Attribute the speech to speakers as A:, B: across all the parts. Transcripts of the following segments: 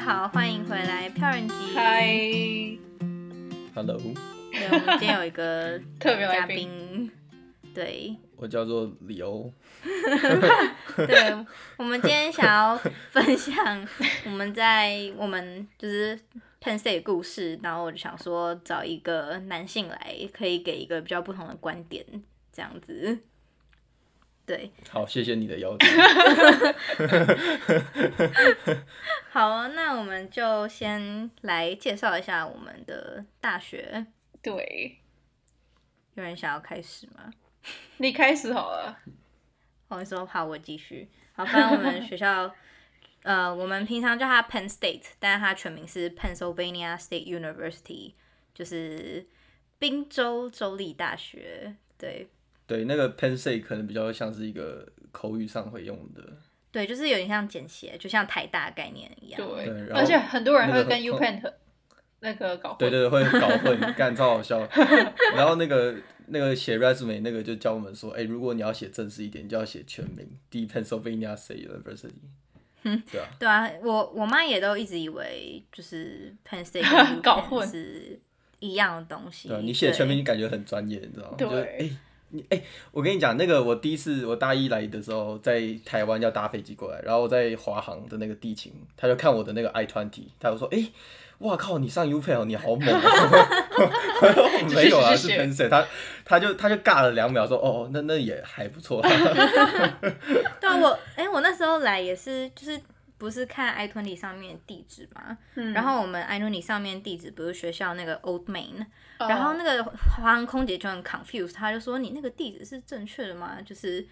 A: 好，欢迎回来票人集。
B: 嗨，
C: Hello，
A: 对，我们今天有一 个
B: 特别
A: 嘉
B: 来宾，
A: 宾， 对
C: 我叫做李欧。
A: 对，我们今天想要分享我们在我们就是 Penn State 的故事，然后我就想说找一个男性来，可以给一个比较不同的观点，这样子。对，
C: 好，谢谢你的邀请。
A: 好，那我们就先来介绍一下我们的大学。
B: 对，
A: 有人想要开始吗？
B: 你开始好了，
A: 我说好，我继续。好，反正我们学校， 呃，我们平常叫它 Penn State，但是它全名是 Pennsylvania State University，就是宾州州立大学。对
C: 对，那个 Penn State 可能比较像是一个口语上会用的，
A: 对，就是有点像简写，就像台大概念一样。
B: 对
C: 对，然后
B: 而且很多人会
C: 那个
B: 跟 U Penn 那个搞混，
C: 对对对，会搞混，干超好笑。然后那个那个写 resume 那个就教我们说，哎、如果你要写正式一点，你就要写全名，D Pennsylvania State University。对啊，
A: 对啊，我我妈也都一直以为就是 Penn State 跟
B: 搞
A: UPenn
B: 混
A: 是一样的东西。
C: 对啊，你写全
A: 对
C: 名感觉很专业，你知道吗？
B: 对
C: 就是哎、你哎、我跟你讲，那个我第一次我大一来的时候，在台湾要搭飞机过来，然后我在华航的那个地勤，他就看我的那个 I 团体，他就说，哎、哇靠！你上 U p e 你好猛、哦！我说 没有啊，
B: 谢
C: 是
B: 谢
C: Penn State。他他就他就尬了两秒，说：“哦，那那也还不错。
A: 对啊，我哎、我那时候来也是，就是不是看 i t w 上面地址嘛，
B: 嗯
A: 然后我们 i t w 上面地址不是学校那个 Old Main，、
B: 哦
A: 然后那个华航空姐就很 confused，她就说你那个地址是正确的吗？就是。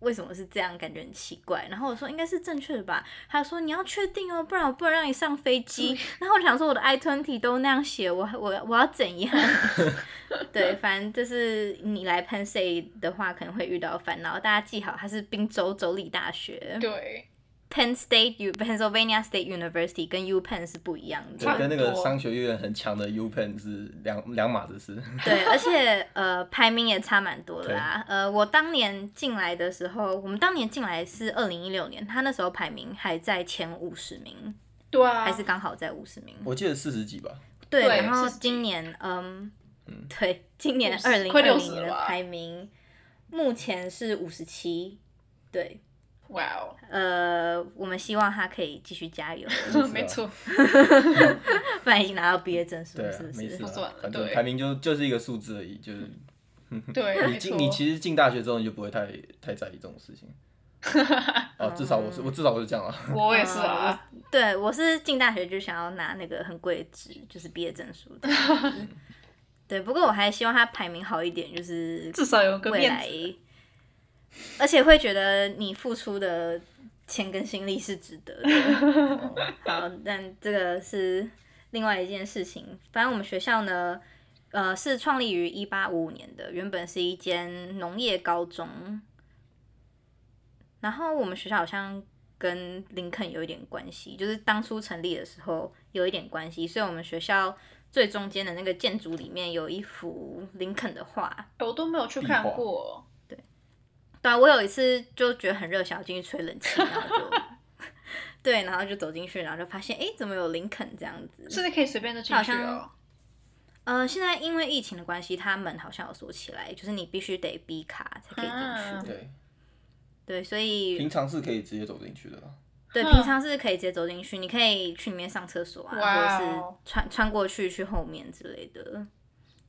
A: 为什么是这样？感觉很奇怪。然后我说应该是正确的吧。她说你要确定哦，不然我不能让你上飞机。
B: 嗯
A: 然后我想说我的 i twenty 都那样写，我我我要怎 样？对，反正就是你来 Penn State 的话，可能会遇到烦恼。大家记好，它是宾州州立大学
B: 哦对，
A: ，Penn State U Pennsylvania State University 跟 U Penn 是不一样”的。
C: 对
B: 差，
C: 跟那
B: 很
C: 个
B: 多
C: 商学院很强的 U p e n 是两两码子事。
A: 对，而且呃，排名也差蛮多的啦。呃，我当年进来的时候，我们当年进来是二零一六年，他那时候排名还在前五十名，
B: 对啊，
A: 还是刚好在五十名。
C: 我记得四十几吧，
A: 对，
B: 对
A: 然后
B: 是
A: 今年，嗯，对，今年二零
B: 快
A: 二
B: 六十
A: 零
B: 了
A: 年的
B: 吧
A: 排名目前是五十七，对，
B: 哇哦，
A: 呃，我们希望他可以继续加油，
C: 啊
B: 没错，
A: 不然已经拿到毕业证书
C: 对
A: 了，
C: 啊
A: 是，不
C: 没事
A: 是？
B: 不算
C: 啊
B: 了，
C: 反正
B: 对
C: 排名就就是一个数字而已。就是
B: 对，
C: 你
B: 没错
C: 进，你其实进大学之后，你就不会太太在意这种事 情。哦，至少我是我至少我是这样啊。
B: 我也是啊，
A: 对，我是进大学就想要拿那个很贵的纸，就是毕业证书的。 对，不过我还希望他排名好一点，就是
B: 至少有
A: 嗯
B: 个
A: 未
B: 面
A: 来
B: 子，，
A: 而且会觉得你付出的钱跟心力是值得的。
C: 哦
A: 好，但这个是另外一件事情。反正我们学校呢，呃，是创立于一八五五年的，原本是一间农业高中。然后我们学校好像跟林肯有一点关系，就是当初成立的时候有一点关系，所以我们学校最中间的那个建筑里面有一幅林肯的画，
B: 我都没有去
C: 壁
B: 看
C: 画
B: 过，
A: 对啊，我有一次就 觉得很热，想要进去吹冷气，然后就对，然后就走进去，然后就发现哎，诶怎么有林肯这样
B: 现
A: 子？
B: 在可以随便的进
A: 好
B: 去
A: 像
B: 哦，
A: 呃，现在因为疫情的关系，他们好像有锁起来，就是你必须得 B 卡才可以进去。
B: 啊
C: 对，
A: 对，所以
C: 平常是可以直接走进去的啦。
A: 对平常是可以直接走进去，你可以去里面上厕所啊，
B: 哇
A: 或者是
B: 哦
A: 穿穿过去去后面之类的。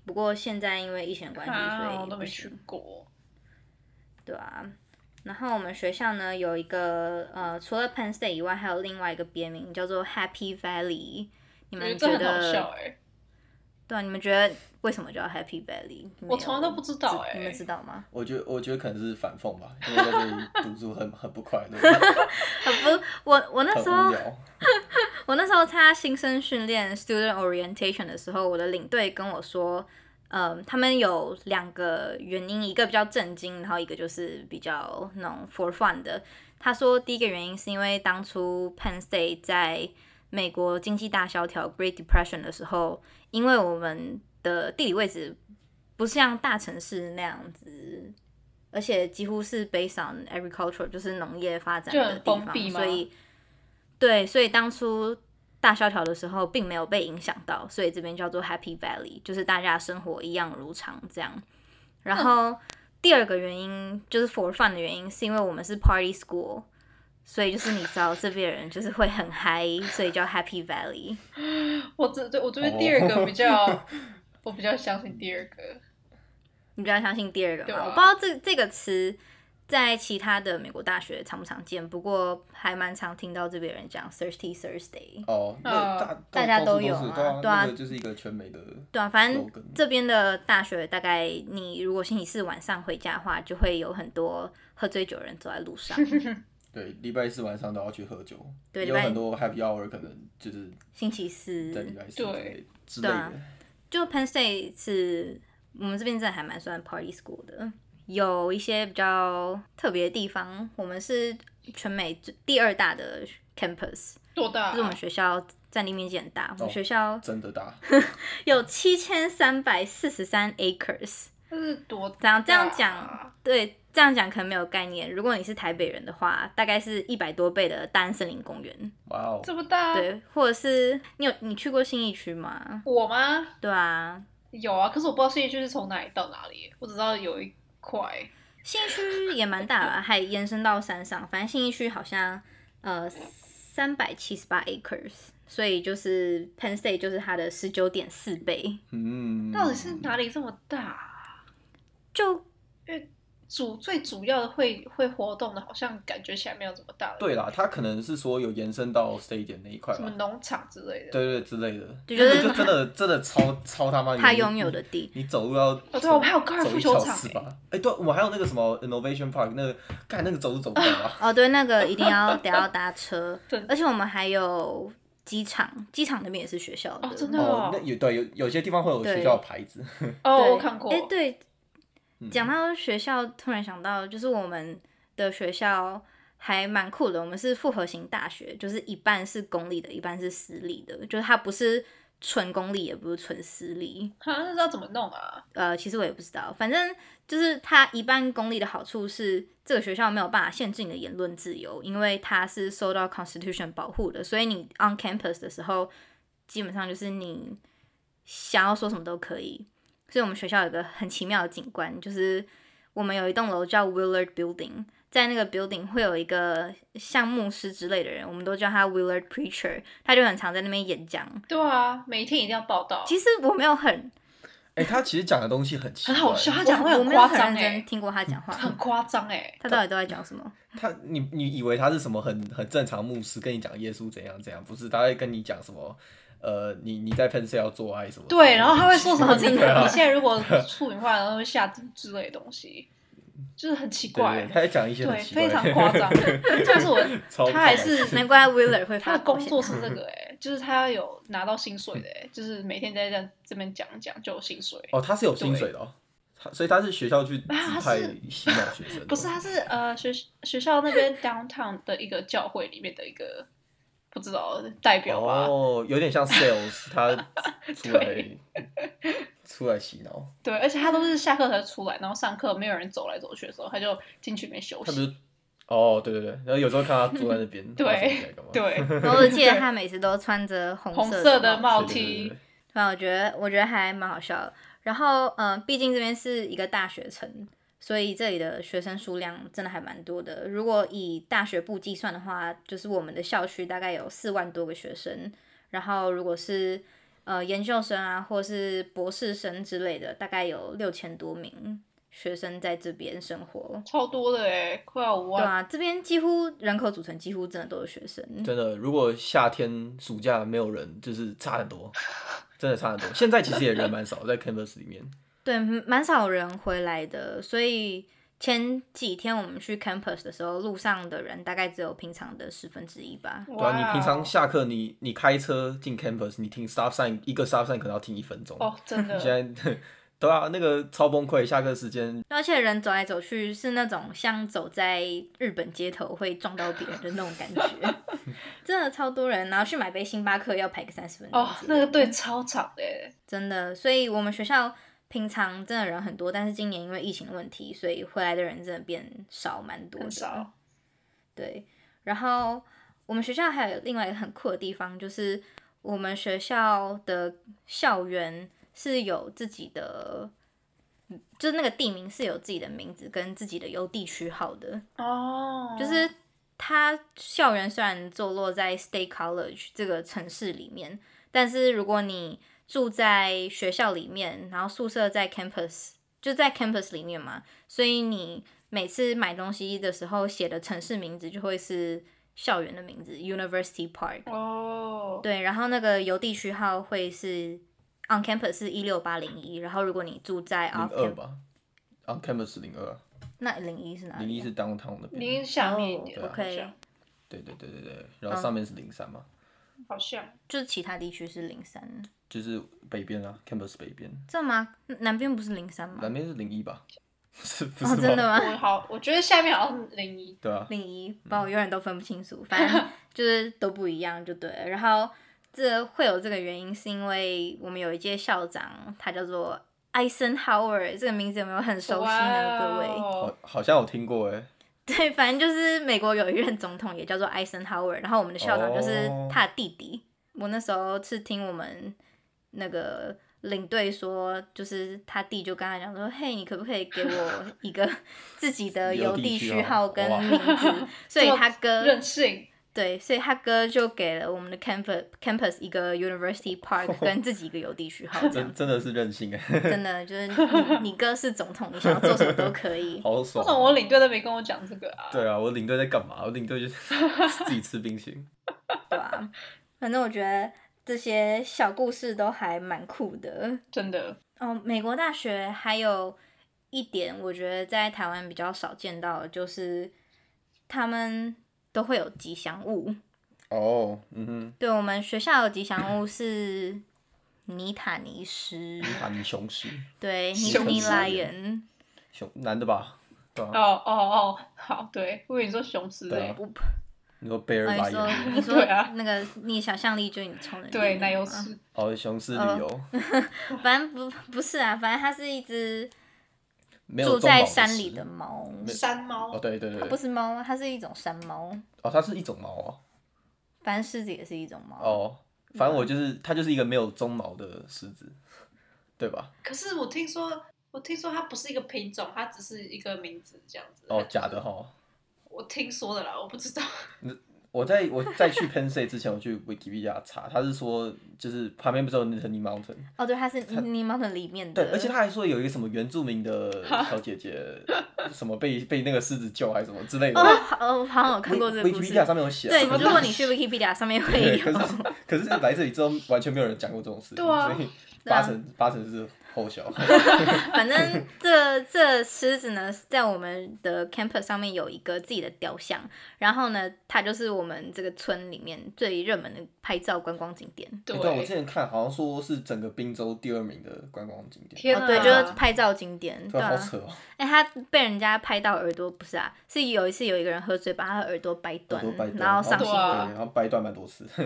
A: 不过现在因为疫情的关系，所
B: 啊，
A: 以
B: 我都
A: 不
B: 没
A: 行
B: 去过，
A: 对啊，然后我们学校呢有一个呃，除了 Penn State 以外，还有另外一个别名叫做 Happy Valley。你
B: 我觉得
A: 们
B: 这
A: 觉
B: 很好
A: 得
B: 笑哎，
A: 对啊？你们觉得为什么叫 Happy Valley？你们
B: 我从来
A: 有
B: 都不知道
A: 你们
B: 哎，
A: 知道吗？
C: 我觉得我觉得可能是反 讽吧，因为在这里读书很很不快乐，
A: 很不，我我那
C: 很
A: 时候
C: 无聊。
A: 我那时候参加新生训练 （student orientation） 的时候，我的领队跟我说，嗯，他们有两个原因，一个比较震惊，然后一个就是比较那种 for fun 的。他说，第一个原因是因为当初 Penn State 在美国经济大萧条 （Great Depression） 的时候，因为我们的地理位置不像大城市那样子。而且几乎是 based on agriculture，就是农业发展
B: 就
A: 的
B: 很
A: 地
B: 封
A: 方，
B: 闭吗
A: 所以对，所以当初大萧条的时候并没有被影响到，所以这边叫做 Happy Valley，就是大家生活一样如常这样。
B: 嗯
A: 然后第二个原因就是 for fun 的原因，是因为我们是 party school，所以就是你知道这边人就是会很嗨，所以叫 Happy Valley。
B: 我这对我这
C: 哦
B: 边第二个比较， 我比较相信第二个。
A: 你比较相信第二个
B: 对
A: 吗？
B: 啊
A: 我不知道这这个词在其他的美国大学常不常见，不过还蛮常听到这边人讲 Thirsty Thursday。
C: 哦，那
B: 呃
C: 大
A: 大家
C: 都
A: 都有
C: 是
A: 啊
C: 对啊，
A: 对啊
C: 那个就是一个全美的，
A: 对啊，反正
C: slogan
A: 这边的大学大概你如果星期四晚上回家的话，就会有很多喝醉酒的人走在路 上。
C: 对，礼拜四晚上都要去喝酒，
A: 对
C: 也
A: 礼
C: 有
A: 拜
C: 很多 happy hour 可能就是
A: 星期
C: 在礼
A: 四，
C: 拜四之类之类
A: 嗯对
C: 的
A: 啊，就 Penn State 是我们这边真的还蛮算 party school 的，有一些比较特别的地方。我们是全美最第二大的 campus，
B: 多大、
A: 就是我们学校占地面积很大，我们学校
C: 真的大，
A: 有七千三百四十三 acres。
B: 这是多
A: 这
B: 大、
A: 样这样讲，对，这样讲可能没有概念。如果你是台北人的话，大概是一百多倍的大安森林公园，
C: 哇哦，
B: 这么大？
A: 对，或者是你有你去过信义区吗？
B: 我吗？
A: 对啊，
B: 有啊，可是我不知道新一区是从哪里到哪里，我只知道有一块。
A: 信义区也蛮大啦，还延伸到山上。反正信义区好像呃三百七十八 acres，所以就是 Penn State 就是它的十九点四倍，
C: 嗯，
B: 到底是哪里这么大啊？
A: 就
B: 主最主要的会会活动的，好像感觉起来没有这么大的，
C: 对啦，他可能是说有延伸到 stadium 那一块
B: 什么
C: 吧，
B: 农场之类的。
C: 对对对之类的，
A: 就觉得
C: 那个就真的真的超超他妈远
A: 它
B: 嗯
A: 拥有的地。
C: 你走路要
B: 哦对我们还有高尔夫球场欸
C: 是吧？哎、对，我们还有那个什么 Innovation Park，那个干那个走路走不了啊。
A: 哦，对，那个一定要得要搭 车
B: 真，的
A: 而且我们还有机场，机场那边也是学校的。
B: 哦真的哦，
C: 哦那有对有有些地方会有
A: 对
C: 学校的牌子，
B: 哦，
A: 对
B: 我看过。
A: 哎、对，
C: 嗯
A: 讲到学校，突然想到，就是我们的学校还蛮酷的，我们是复合型大学，就是一半是公立的，一半是私立的，就是它不是纯公立，也不是纯私立。
B: 好像是要怎么弄啊？
A: 呃，其实我也不知道，反正就是它一半公立的好处是，这个学校没有办法限制你的言论自由，因为它是受到 Constitution 保护的，所以你 on campus 的时候，基本上就是你想要说什么都可以。所以我们学校有一个很奇妙的景观，就是我们有一栋楼叫 Willard Building，在那个 building 会有一个像牧师之类的人，我们都叫他 Willard Preacher，他就很常在那边演讲。
B: 对啊，每天一定要报道。
A: 其实我没有很
C: 哎、他其实讲的东西很奇怪，
B: 很好笑，他
A: 我
B: 讲话
A: 我
B: 很
A: 没有
B: 夸
A: 很
B: 张
A: 认真
B: 哎，
A: 听过他讲话，
B: 很夸张哎。
A: 他到底都在讲什么？
C: 他你你以为他是什么很很正常牧师跟你讲耶稣怎样怎样，不是他会跟你讲什么呃你你在 Penn State 要做爱什么之类的？
B: 对，然后他会说什么？
C: 哦对
B: 这
C: 啊
B: 个你现在如果处女话，然后会下毒之类的东西，就是很奇
C: 对
B: 怪
C: 对，。他在讲一些
B: 对，
C: 很奇怪
B: 非
C: 的
B: 常夸张。但是我
C: 超
B: 他还是
A: 难怪 Willer 会
B: 他
A: 发
B: 的工作
A: 现
B: 是这个哎，就是他有拿到薪水的哎，就是每天在这这边讲讲就有薪水。
C: 嗯哦，他是有薪水的哦，他所以他是学校去指
B: 啊
C: 派
B: 是
C: 洗脑学生的，哦
B: 不是，他是呃学学校那边 downtown 的一个教会里面的一个不知道代表吧。
C: 哦，有点 像 sales，他出来
B: 对
C: 出来洗脑，
B: 对，而且他都是下课才出来，然后上课没有人走来走去的时候，他就进去里面休
C: 他不
B: 息。
C: 是哦，对对对，然后有时候看他坐在那 边，
B: 对
C: 拿手机来干嘛？
B: 对，
A: 然后我记得他每次都穿着红
B: 红
A: 色
B: 色
A: 的
B: 的
A: 帽
B: 帽
A: 子，
C: 对对对
B: 梯
C: 对，
A: 反正我觉得我觉得还蛮好笑的。然后嗯、呃毕竟这边是一个大学城，所以这里的学生数量真的还蛮多的。如果以大学部计算的话，就是我们的校区大概有四万多个学生，然后如果是呃研究生啊，或是博士生之类的，大概有六千多名学生在这边生活。
B: 超多的哎，快要五
A: 对
B: 万。
A: 啊，这边几乎人口组成几乎真的都是学生。
C: 真的，如果夏天暑假没有人，就是差很多，真的差很多。现在其实也人蛮少，在 Canvas 里面，
A: 对，蛮少人回来的，所以前几天我们去 campus 的时候，路上的人大概只有平常的十分之一吧。
C: 对啊，你平常
B: 哇哦
C: 下课你你开车进 Campus，你听 stop sign 一个 stop sign 可能要听一分钟，
B: 哦，真 的，
C: 现在对啊，那个超崩溃，下课时间
A: 而且人走来走去是那种像走在日本街头会撞到别人的那种感 觉，真的超多人，然后去买杯星巴克要排个三十分钟
B: 哦，
A: 之类的。
B: 那个队超长的欸，
A: 真的，所以我们学校平常真的人很多，但是今年因为疫情的问题，所以回来的人真的变少蛮多的。
B: 很少。
A: 对，然后我们学校还有另外一个很酷的地方，就是我们学校的校园是有自己的，嗯就是那个地名是有自己的名字跟自己的邮地区号的。
B: 哦，
C: 嗯
A: 就是它校园虽然坐落在 State College 这个城市里面，但是如果你住在学校里面，然后宿舍在 campus，就在 campus 里面嘛，所以你每次买东西的时候写的城市名字就会是校园的名字 University Park。
B: 哦，
A: 对，然后那个邮地区号会是 on campus 是一六八零一，然后如果你住在
C: 零
A: off
C: 二
A: campus，
C: 吧，on campus 零二，
A: 那零一是哪里啊？
C: 零一是 downtown 那边，
B: 零下面一点
A: 哦
B: 好像
A: ，OK
C: 对对对对对，然后上面是零三嘛，
B: 好像
A: 就是其他地区是零三，
C: 就是北边啦，campus 北边，
A: 这吗？南边不是零三吗？
C: 南边是零一吧，是不是
A: 哦，
C: 吗？
A: 真的吗？
B: 我好，我觉得下面好像零一，
C: 对啊，
A: 零一，把我永远都分不清楚，反 正就是都不一样就对了。然后这会有这个原因，是因为我们有一届校长，他叫做艾森豪尔，这个名字有没有很熟悉呢？各位，
B: 哇哦
C: 好，好像有听过哎，
A: 对，反正就是美国有一任总统也叫做艾森豪尔，然后我们的校长就是
C: 哦
A: 他的弟弟。我那时候是听我们那个领队说，就是他弟就跟他讲说：“嘿，你可不可以给我一 个自己的
C: 邮
A: 邮
C: 地
A: 地
C: 区
A: 区
C: 号
A: 号跟
C: 哇
A: 名字？”所以他哥
B: 任性，
A: 对，所以他哥就给了我们的 campus campus 一个 University Park 跟自己一个邮地区号，这样子
C: 真真的是任性 哎，
A: 真的就是你你哥是总统，你想要做什么都可以。
C: 好
B: 为
C: 爽
B: 什么
C: 哦。
B: 我领队都没跟我讲这个啊？
C: 对啊，我领队在干嘛？我领队就是自己吃冰淇淋。
A: 对啊，反正我觉得这些小故事都还蛮酷的。
B: 真的，
A: 哦，美国大学还有一点，我觉得在台湾比较少见到的，就是他们都会有吉祥物。
C: 哦，嗯
A: 对我们学校有吉祥物 是尼塔尼斯，
C: 哼，喊雄狮，
A: 对，尼
C: 熊
A: 塔尼
C: 之
A: 拉
C: 眼
A: 人。
C: 雄男的吧？对
B: 哦
C: 啊，
B: 哦哦，好，对，我以为你说熊之
C: 对
B: 类
C: 啊，
A: 我
C: 你说贝尔
A: 哦，
C: 拉
A: 你说
C: 眼，
A: 你说
B: 对啊
A: 那个你想象力就是你超能力
B: 对，奶油
A: 嘛
B: 狮，
C: 哦，雄狮旅
A: 呃
C: 游，
A: 啊反正不不是啊，反正它是一只
C: 没有
A: 住
C: 鬃毛
A: 在
C: 的
A: 山
C: 狮
A: 里的。猫，
C: 没
B: 山猫
C: 哦，，对对对
A: 它
C: 对，
A: 不是猫，它是一种山猫。
C: 哦，它是一种毛哦。
A: 反正狮子也是一种猫，
C: 哦，反正我就是它就是一个没有鬃毛的狮子，对吧？
B: 可是我听说，我听说它不是一个品种，它只是一个名字这样子。它，
C: 哦
B: 就是
C: 假的。哈。
B: 我听说的啦，我不知道。
C: 我在我在去 Penn State 之前，我去 Wikipedia 查，他是说就是旁边不是有 Nittany Mountain，
A: 哦对，它是 Ninny Mountain 里面的
C: 对，，而且他还说有一个什么原住民的小姐姐，什么被被那个狮子救还是什么之类的。
A: 哦好哦，好像有看过这个故事。
C: Wikipedia 上面有写啊，
A: 对，
C: 可是
A: 如果你去 Wikipedia 上面会
C: 对，可
A: 有，
C: 是可是来这里之后，完全没有人讲过这种事情，
B: 对啊
C: 所以
A: 对啊
C: 八成八成是后小。
A: 反 正这这狮子呢，在我们的 campus 上面有一个自己的雕像，然后呢，它就是我们这个村里面最热门的拍照观光景点。
B: 对，
C: 欸对，我之前看好像说是整个滨州第二名的观光景点，
B: 天
A: 哦，
B: 啊哪，
A: 对，就是拍照景点，
C: 对
A: 对
C: 啊，好
A: 啊。
C: 扯哦，
A: 哎、他被人家拍到耳朵，不是啊，是有一次有一个人喝醉，把他的耳朵掰
C: 耳
A: 断
C: 朵掰，断，
A: 然后上
C: 对
A: 新
B: 对啊
A: 闻，
C: 然后掰断蛮多次， 掰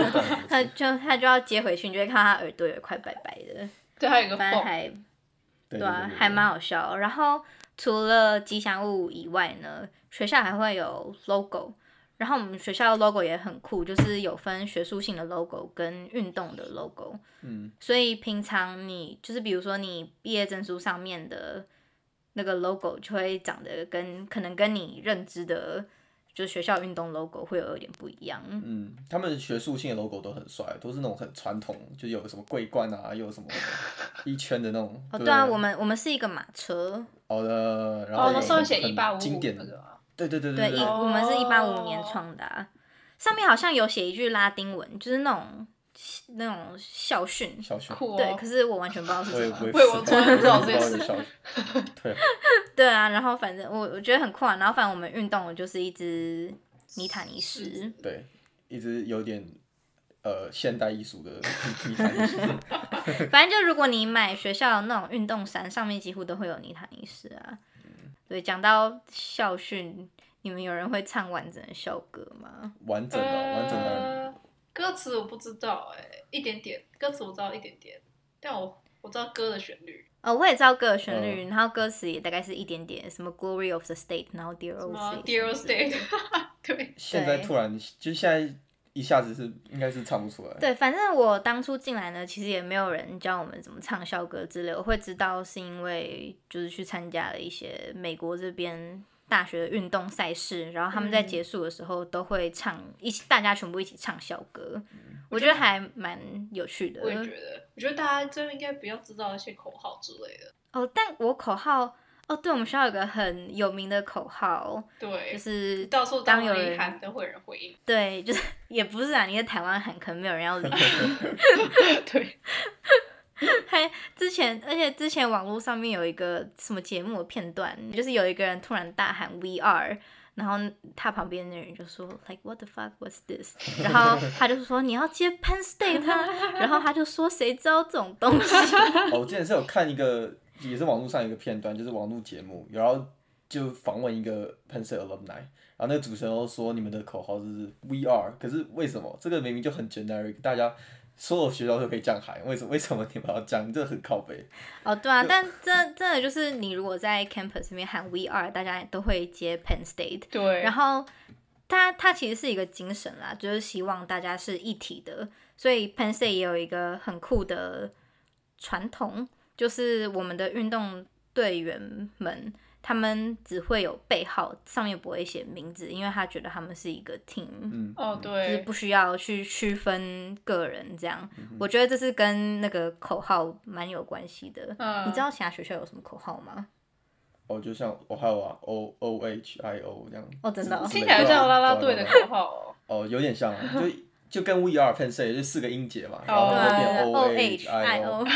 C: 蛮多
A: 他
C: 次
A: 就他就要接回去，你就会看到他耳朵有一块白白的，
B: 对，还有一个
A: 反正
B: 缝，
A: 还
C: 对
A: 哦对啊，还蛮好笑。然后除了吉祥物以外呢，学校还会有 logo。然后我们学校的 logo 也很酷，就是有分学术性的 logo 跟运动的 logo。
C: 嗯，
A: 所以平常你就是比如说你毕业证书上面的那个 logo 就会长得跟可能跟你认知的，就是学校运动 logo 会有一点不一样。
C: 嗯，他们学术性的 logo 都很帅，都是那种很传统，就有什么桂冠啊，又有什 么一圈的那种，
A: 哦，
C: 对
A: 对啊，
C: 不对
A: 我们我们是一个马车，
C: 好的，然
B: 哦，
C: 后有
B: 那上面写
C: 很
B: 一八五
C: 经
B: 五
C: 典
B: 那个
C: 的，
B: 啊，
C: 对对对
A: 对，一
C: 对，
B: 哦
A: 我们是一八五年创的、啊，上面好像有写一句拉丁文，就是那种那种校训，
C: 小熊，
B: 酷哦。
A: 对，可是我完全不知道是
C: 我
A: 什
C: 也
A: 么
C: 我。也不
B: 喂我从
C: 知道
B: 来不知道
C: 我也
B: 这
C: 不
B: 件
C: 知道有小 熊，对啊，
A: 对啊，然后反正我我觉得很酷啊，然后反正我们运动的就是一只尼塔尼
B: 狮
A: 斯
B: 子，
C: 对，一直有点呃现代艺术的批判意识，
A: 反正就如果你买学校的那种运动衫，上面几乎都会有泥潭医师啊。
C: 嗯
A: 对，讲到校训，你们有人会唱完整的校歌吗？
C: 完整的完整的。
B: 呃歌词我不知道哎、一点点歌词我知道一点点，但我我知道歌的旋律，
A: 哦，我也知道歌的旋
C: 嗯
A: 律，然后歌词也大概是一点点，什么 Glory of the State，然后 Dear
B: 什
A: Old
B: 么
A: State，
B: Dear Old
A: 什么之类的
B: State， 对，
C: 现在
A: 对
C: 突然就现在一下子是应该是唱 不出来。
A: 对，反正我当初进来呢，其实也没有人教我们怎么唱校歌之类，我会知道是因为就是去参加了一些美国这边大学的运动赛事，然后他们在
B: 嗯
A: 结束的时候都会唱一起，大家全部一起唱校歌，我觉得还蛮有趣的。
B: 嗯我也觉得，我觉得大家真的应该不要知道一些口号之类的。
A: 哦，但我口号哦，对我们学校有个很有名的口号，就
B: 对，
A: 是
B: 到时候
A: 当
B: 当
A: 有
B: 你
A: 人
B: 喊都会有人回 应。
A: 对，就是也不是啊，你在台湾喊，可能没有人要 理你。
B: 对，
A: 还之前，而且之前网络上面有一个什么节目的片段，就是有一个人突然大喊 “We are”，然后他旁边的人就说 “Like what the fuck was this”，然后他就说你要接 Penn State 啊， 然后他就说谁知道这种东西，
C: 哦，我之前是有看一个，也是网络上一个片段，就是网络节目，然后就访问一个 Penn State alumni，然后那个主持人都说你们的口号就是 We are，可是为什么这个明明就很 generic，大家所有学校都可以这样喊，为什么 为什么你们要这样？这很靠背。
A: 哦，对啊，但真真的就是你如果在 campus 里面喊 “We are”，大家都会接 Penn State，
B: 对，
A: 然后它它其实是一个精神啦，就是希望大家是一体的。所以 Penn State 也有一个很酷的传统，就是我们的运动队员们，他们只会有背号，上面不会写名字，因为他觉得他们是一个 team。
C: 嗯，
B: 哦，
A: 就是
B: 对，嗯
A: 不需要去区分个人这样，我觉得这是跟那个口号蛮有关系的。
B: 嗯
A: 你知道其他学校有什么口号吗？
C: 哦，就像我还有啊，O O H I O 这样。
A: 哦真的哦
B: 听起来像啦啦队的
C: 口
B: 口号哦。
C: 哦，有点像啊，就就跟 We are Penn State 就四个音节嘛，然
B: 哦
C: 后
A: 啊
C: 会变 O
A: H
C: H I O。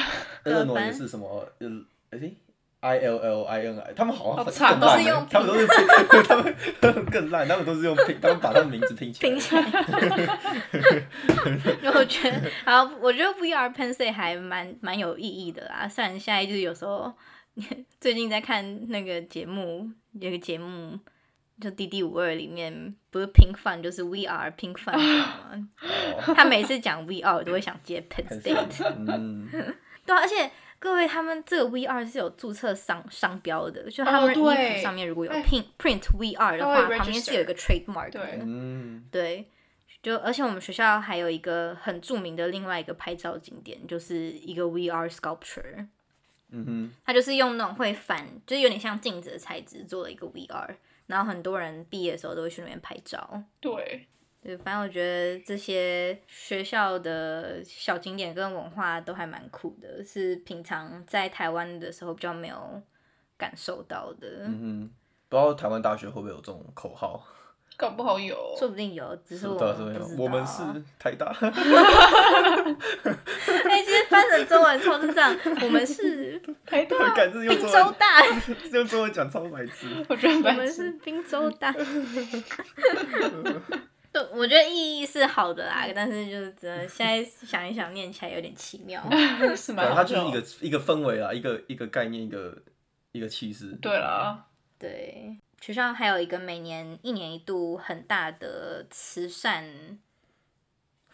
A: 对
C: 热诺
A: 反
C: 也
A: 正
C: 是什么呃，诶 I L L I N I，他们好像
B: 好
C: 很
B: 惨
C: 更烂
A: 都是
C: 欸
A: 用
C: 他们都是拼他们 他们更烂，他们都是用拼，他们把他们名字拼起来。
A: 拼 起来。因为我觉得，好，我觉得 VR Penn State 还蛮蛮有意义的啦。虽然现在就是有时候，最近在看那个节目，有个节目就《D D 五二》里面不是 Pink Fun 就是 VR Pink Fun 吗？
C: 哦
A: 他每次讲 VR 我都会想接 Penn
C: 很
A: State。
C: 像嗯，
A: 对啊、而且各位，他们这个 V R 是有注册商商标的，就他们
B: 哦
A: 衣服
B: 对
A: 上面如果有
B: 哎
A: print、print V R 的
B: 它
A: 话，
B: 会
A: 旁边是有一个 trademark 的。
B: 对
C: 嗯，
A: 对，就而且我们学校还有一个很著名的另外一个拍照景点，就是一个 VR sculpture，
C: 嗯哼，
A: 它就是用那种会反，就是有点像镜子的材质做了一个 VR，然后很多人毕业的时候都会去那边拍照。
B: 对，
A: 对，反正我觉得这些学校的小景点跟文化都还蛮酷的，是平常在台湾的时候比较没有感受到的。
C: 嗯哼，不知道台湾大学会不会有这种口号？
B: 搞不好有。
A: 说不定有，只是我
C: 不知道是不
A: 们
C: 是
A: 不知道。啊
C: 我们是台大，
A: 哎、其实翻成中文超智障，我们是
B: 台大，
C: 感觉用
A: 滨
C: 中
A: 州
C: 文
A: 大，
C: 用中文讲超白痴。
B: 我觉得
A: 我
B: 蛮
A: 们是滨州 大。对，我觉得意义是好的啦，但是就是真的现在想一想，念起来有点奇妙。
B: 是
C: 对
B: 蛮
C: 啊，
B: 好
C: 它就是
B: 笑
C: 一个一个氛围啊，一个一个概念，一个一个气势。
B: 对啦，
A: 对，学校还有一个每年一年一度很大的慈善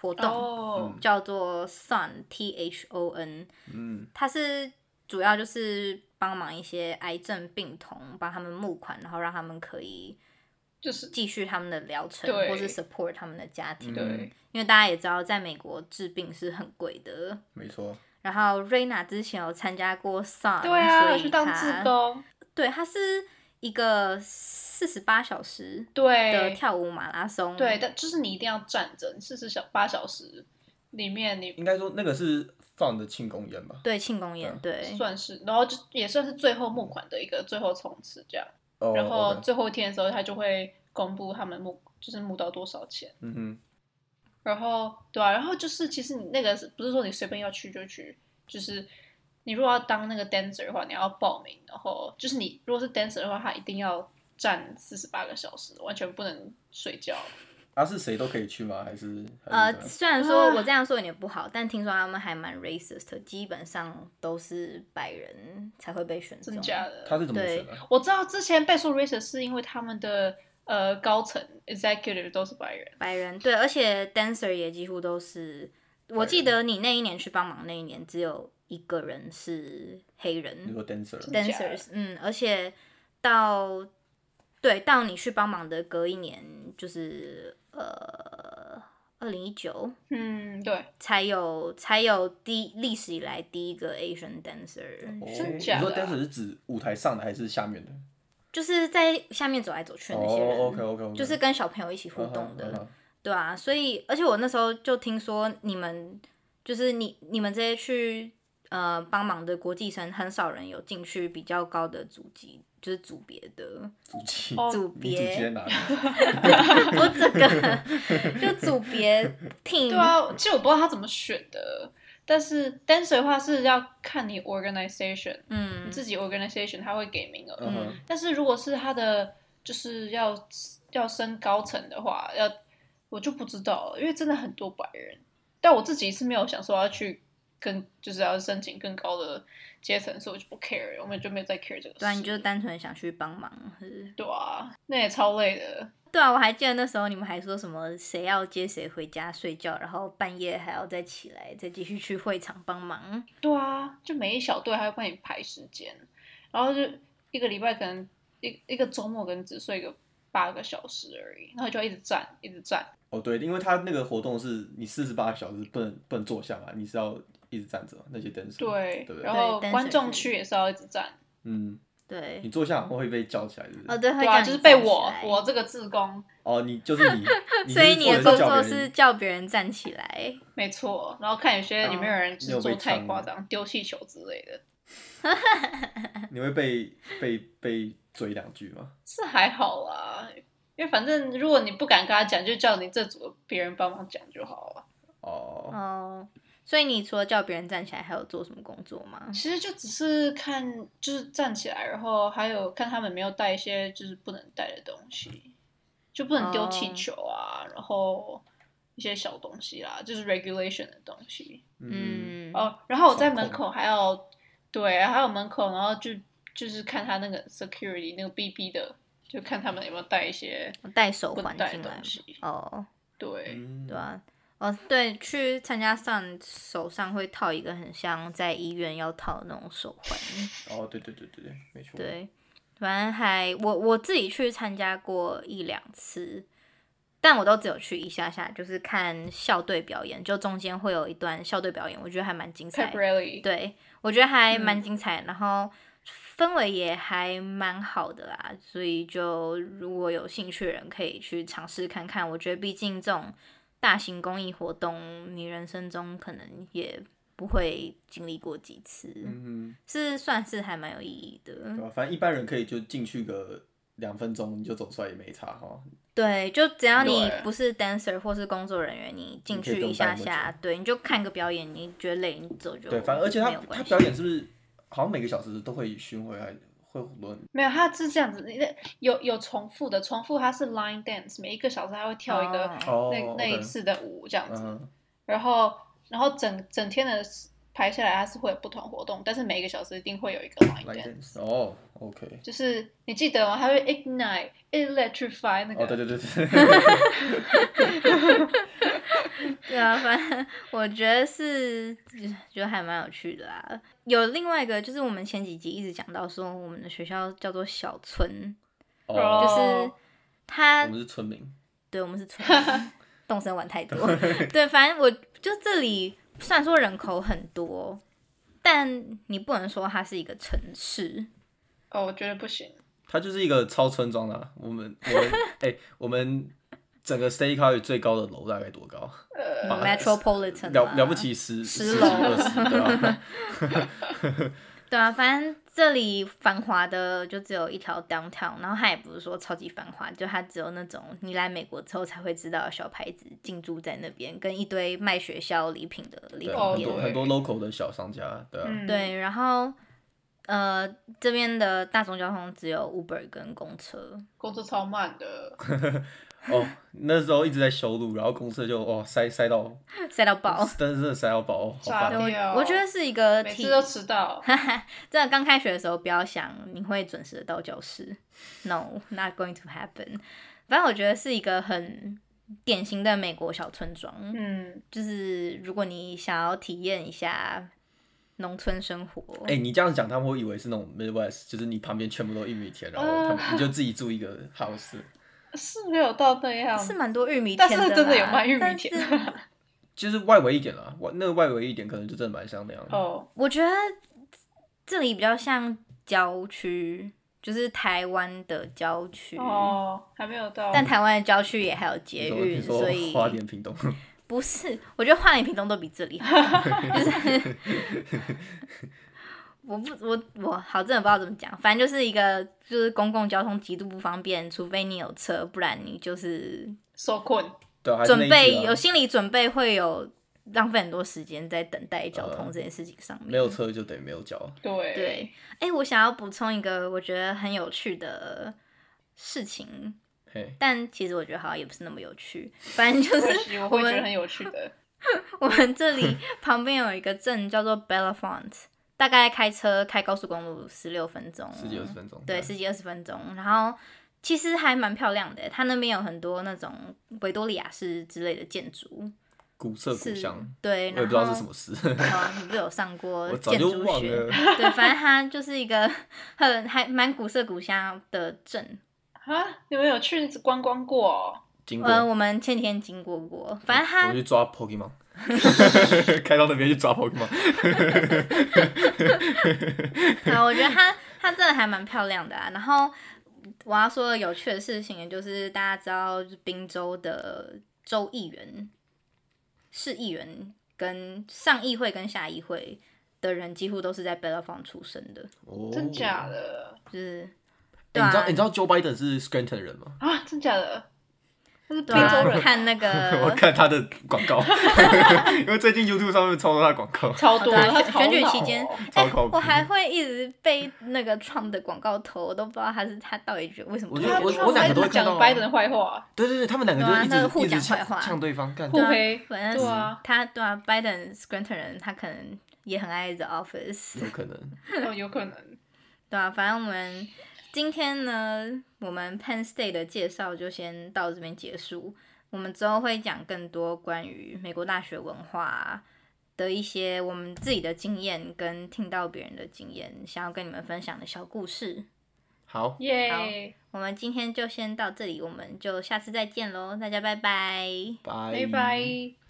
A: 活动，
B: 哦，
A: 叫做 Son T H O N，
C: 嗯，
A: 它是主要就是帮忙一些癌症病童，帮他们募款，然后让他们可以
B: 就是
A: 继续他们的疗程，
B: 对
A: 或是 support 他们的家庭。
C: 嗯
B: 对，
A: 因为大家也知道，在美国治病是很贵的。
C: 没错。
A: 然后瑞娜之前有参加过 Son，
B: 对啊，
A: 所
B: 我
A: 以
B: 去当
A: 她
B: 志工，
A: 对，它是一个四十八小时的
B: 对
A: 跳舞马拉松。
B: 对，但就是你一定要站着，四十小八小时里面你
C: 应该说那个是放的庆功宴吧？
A: 对，庆功宴，对
B: 算是，然后就也算是最后募款的一个最后冲刺这样。
C: 哦
B: 然后
C: OK
B: 最后一天的时候，他就会公布他们募就是募到多少钱。
C: 嗯哼。
B: 然后对啊，然后就是其实你那个是不是说你随便要去就去，就是你如果要当那个 dancer 的话，你要报名，然后就是你如果是 dancer 的话，他一定要站四十八个小时，完全不能睡觉。
C: 啊，是谁都可以去吗？还是还是怎么
A: 呃，
C: 样
A: 虽然说
B: 啊
A: 我这样说有点不好，但听说他们还蛮 racist，的基本上都是白人才会被选
B: 真
A: 中
B: 的。假的？
C: 他是怎么选的、
B: 我知道之前被说 racist 是因为他们的呃高层 executive 都是白人，
A: 白人对，而且 dancer 也几乎都是。我记得你那一年去帮忙，那一年只有一个人是黑人。
C: 你说 dancer，
B: 真假的
A: 嗯嗯，而且到对，到你去帮忙的隔一年，就是呃，二零一九
B: 嗯，对，
A: 才有才有第历史以来第一个 Asian dancer，、
C: 哦
B: 真
C: 你
B: 假
C: 说
B: 的啊
C: dancer 是指舞台上的还是下面的？
A: 就是在下面走来走去的那些人
C: 哦，OK OK OK，
A: 就是跟小朋友一起互动的。
C: 嗯哼嗯哼
A: 对啊，所以而且我那时候就听说你们就是你你们这些去呃帮忙的国际生，很少人有进去比较高的组级，就是组别的
C: 主题，
B: 哦
A: 组
C: 你主题在
A: 别，
C: 哪里？
A: 我整个 就组别 team，
B: 对啊，其实我不知道他怎么选的，但是 dancer 的话是要看你 organization，你
A: 嗯，
B: 自己 organization 他会给名额，
C: 嗯哼，
B: 但是如果是他的就是要要升高层的话，要我就不知道了，因为真的很多白人，但我自己是没有想说要去更就是要申请更高的阶层，所以我就不 care，我们就没有再 care 这个事。
A: 对啊，你就单纯想去帮忙。是
B: 对啊，那也超累的。
A: 对啊，我还记得那时候你们还说什么谁要接谁回家睡觉，然后半夜还要再起来再继续去会场帮忙。
B: 对啊，就每一小队还要帮你排时间，然后就一个礼拜可能一一个周末可能只睡个八个小时而已，然后就要一直站一直站。
C: 哦对，因为他那个活动是你四十八小时不能不能坐下来，你是要一直站着嘛那些 dancer，
B: 对，
C: 对不对
B: 然？后
A: 对
B: 观众
A: dancer
B: 区也是要一直站。
C: 嗯，
A: 对
C: 你，坐下会被叫起来，是不
A: 哦
C: 是？
A: 对，会
B: 对啊，
A: 叫
B: 就
A: 你
B: 是被
A: 站起
B: 我
A: 来
B: 我这个自工，
C: 哦，你就是 你，你
A: 所以你的
C: 负责
A: 工
C: 叫
A: 作
C: 别
A: 是
C: 人
A: 叫别人站起来，
B: 没错。然后看有些有没有人就
C: 啊你有
B: 是做
C: 被
B: 太
C: 呛
B: 夸
C: 吗
B: 张，丢气球之类的，
C: 你会被被被追两句吗？
B: 是还好啦。因为反正如果你不敢跟他讲，就叫你这组的别人帮忙讲就好了。
C: 哦，
A: 哦，所以你除了叫别人站起来，还有做什么工作吗？
B: 其实就只是看，就是站起来，然后还有看他们有没有带一些就是不能带的东西，就不能丢气
A: 哦
B: 球啊，然后一些小东西啦，就是 regulation 的东西。
A: 嗯，
C: 嗯，
B: 哦，然后我在
C: 掌
B: 门
C: 控
B: 口还要，对，还有门口，然后就就是看他那个 security 那个 BB 的，就看他们有没有带一些
A: 嗯带手
B: 不
A: 环
B: 能带
A: 进
B: 的
A: 来吗
B: 东西。
A: 哦，
B: 对，
C: 嗯
A: 对啊，哦对，去参加上手上会套一个很像在医院要套的那种手环，
C: 哦，对对对对对，没错，，
A: 对，反正还我我自己去参加过一两次，但我都只有去一下下，就是看校队表演，就中间会有一段校队表演，我觉得还蛮精彩
B: pep
A: 的。
B: rally，
A: 对，我觉得还蛮
B: 嗯
A: 精彩，然后氛围也还蛮好的啦，所以就如果有兴趣的人可以去尝试看看。我觉得毕竟这种大型公益活动，你人生中可能也不会经历过几次，
C: 嗯
A: 是算是还蛮有意义
C: 哼，对
A: 的。
C: 吧？反正一般人可以就进去个两分钟你就走出来也没差哈。
A: 对，就只要你
B: 对
A: 不是 dancer 或是工作人员，你进
C: 啊你可以
A: 去
C: 不用
A: 一下
C: 待那么
A: 下，对，你就看个表演，你觉得累你走就
C: 对，反正而且他
A: 没有关
C: 他
A: 系
C: 表演是不是好像每个小时都会巡回来，会很多人
B: 没有，他是这样子，你的有有重复的，重复他是 line dance，每一个小时他会跳一个
A: 哦
B: 啊那、
C: 哦
B: 那一
C: OK
B: 次的舞这样子，
C: 嗯，
B: 然后然后整整天的排下来，他是会有不同活动，但是每一个小时一定会有一个 line
C: 来
B: dance。
C: dance 哦，OK，
B: 就是你记得吗？它会 ignite、electrify 那个。
C: 哦，对对对对，
A: 对啊，反正我觉得是觉得还蛮有趣的啦。有另外一个就是我们前几集一直讲到说，我们的学校叫做小村，就
C: 哦，
A: 是
B: 哦
A: 它
C: 我们是村民，
A: 对我们是 村民，动身玩太多。对，反正我就这里虽然说人口很多，但你不能说它是一个城市。
B: 哦，我觉得不行。
C: 它就是一个超村庄啦。我们我们哎，我们整个 State College 最高的楼大概多高？
A: 嗯
C: 把
A: Metropolitan
C: 呃了
A: 嘛
C: 了不起十
A: 啊十
C: 十几
A: 楼
C: 二十， 对啊吧？
A: 对啊，反正这里繁华的就只有一条 downtown，然后它也不是说超级繁华，就它只有那种你来美国之后才会知道的小牌子进驻在那边，跟一堆卖学校礼品的礼
C: 对
A: 品
C: 啊，
B: 哦
C: 很
A: 店。
C: 多
B: 对
C: 很多 local 的小商家，对啊，
B: 嗯，，
A: 对，然后呃，这边的大众交通只有 Uber 跟公车。
B: 工作超慢的。
C: 哦，那时候一直在修路，然后公司就哇塞塞到，
A: 塞到爆。
C: 真的真的塞到爆，哦好
B: 炸
A: 对
C: 烦
B: 掉
C: 哦。
A: 我我觉得是一个
B: 每
A: 体
B: 次，都迟 到，
A: 真的刚开学的时候不要想你会准时的到教室，No, not going to happen。反正我觉得是一个很典型的美国小村庄，
B: 嗯，
A: 就是如果你想要体验一下农村生活。
C: 哎、你这样讲，他们会以为是那种 Midwest，就是你旁边全部都玉米田，然后 他们你就自己住一个 house，
B: 是没有到那样，
A: 是蛮多玉米
B: 但
A: 田
B: 是
A: 啦
B: 真的有卖玉米田
A: 但是
C: 就是外围一点啦，外那个外围一点可能就真的蛮像那样的。
B: 哦，
A: 我觉得这里比较像郊区，就是台湾的郊区。
B: 哦，还没有到，
A: 嗯但台湾的郊区也还有捷
C: 你说你
A: 运，所以
C: 说花莲屏东，
A: 不是，我觉得花莲屏东都比这里好，就是 我不我我好真的不知道怎么讲，反正就是一个就是公共交通极度不方便，除非你有车，不然你就是
B: 受困，
C: 对啊，还是那
A: 准
C: 一
A: 备
C: 句啊
A: 有心理准备，会有浪费很多时间在等待交通
C: 呃
A: 这件事情上面。
C: 没有车就等于没有脚。
B: 对
A: 对，哎、我想要补充一个我觉得很有趣的事情，
C: 嘿，
A: 但其实我觉得好像也不是那么有趣，反正就
B: 可
A: 是
B: 惜我
A: 我
B: 会觉得
A: 们
B: 很有趣的，
A: 我们这 里旁边有一个镇叫做 Bellefonte，大概开车开高速公路十六分钟，
C: 十几二十分钟。
A: 哦对，十几二十分钟，然后。其实还蛮漂亮的，它那边有很多那种维多利亚式之类的建筑，
C: 古色古
A: 是
C: 香，，
A: 对，然
C: 我也
A: 后
C: 不知道是什么事，
A: 哦，你不是有上过
C: 我早
A: 建
C: 就
A: 筑
C: 忘
A: 学？
C: 了。
A: 对，反正它就是一个很还蛮古色古香的镇。
B: 啊，你们有去观光过哦？
C: 经过，
A: 呃，我们前几天经过过，反正
C: 我
A: 它
C: 去抓 Pokemon，开到那边去抓 Pokemon。
A: 呃，我觉得它它真的还蛮漂亮的啊。然后我要说的有趣的事情，就是大家知道，就是宾州的州议员、市议员跟上议会跟下议会的人，几乎都是在贝勒方出生的，
C: 哦
B: 真假的
A: 就是
C: 欸
A: 对
C: 你
A: 啊
C: 知道、欸你知道 Joe Biden 是 Scranton 人吗？
B: 啊？真假的？那是宾
A: 对啊
B: 州人，
A: 看那
C: 我
A: 个。
C: 看他的广 告，因为最近 YouTube 上面超多他的广告，
B: 超多
A: 对
B: 的，
A: 啊
B: 他
A: 选
B: 超
A: 选举
B: 老
A: 期间
B: 哦
C: 超靠谱
A: 我。还会一直被那个 Trump 的广告投，我都不知道他是他到底觉得为什么
C: 我
A: 会
C: 觉
A: 觉
C: 得
A: 得。
C: 我
B: 他
C: 我两个
B: 一直
C: 都会看
B: 讲
C: 到啊
B: Biden 的坏话，
C: 对对对，他们两个 就
A: 对啊
C: 一直、
A: 那个互
C: 一
A: 讲
C: 直
A: 坏
C: 呛
A: 话
C: 呛对方，干
B: 互黑，
A: 反正
B: 对 啊
A: 他对啊，Biden Scranton 人，他可能也很爱 The Office，
C: 有可能。
B: 哦有可能。
A: 对啊，反正我们今天呢，我们 Penn State 的介绍就先到这边结束。我们之后会讲更多关于美国大学文化的一些我们自己的经验，跟听到别人的经验，想要跟你们分享的小故事。
C: 好，
B: 耶，
A: 我们今天就先到这里，我们就下次再见喽，大家拜拜。
C: 拜
B: 拜拜。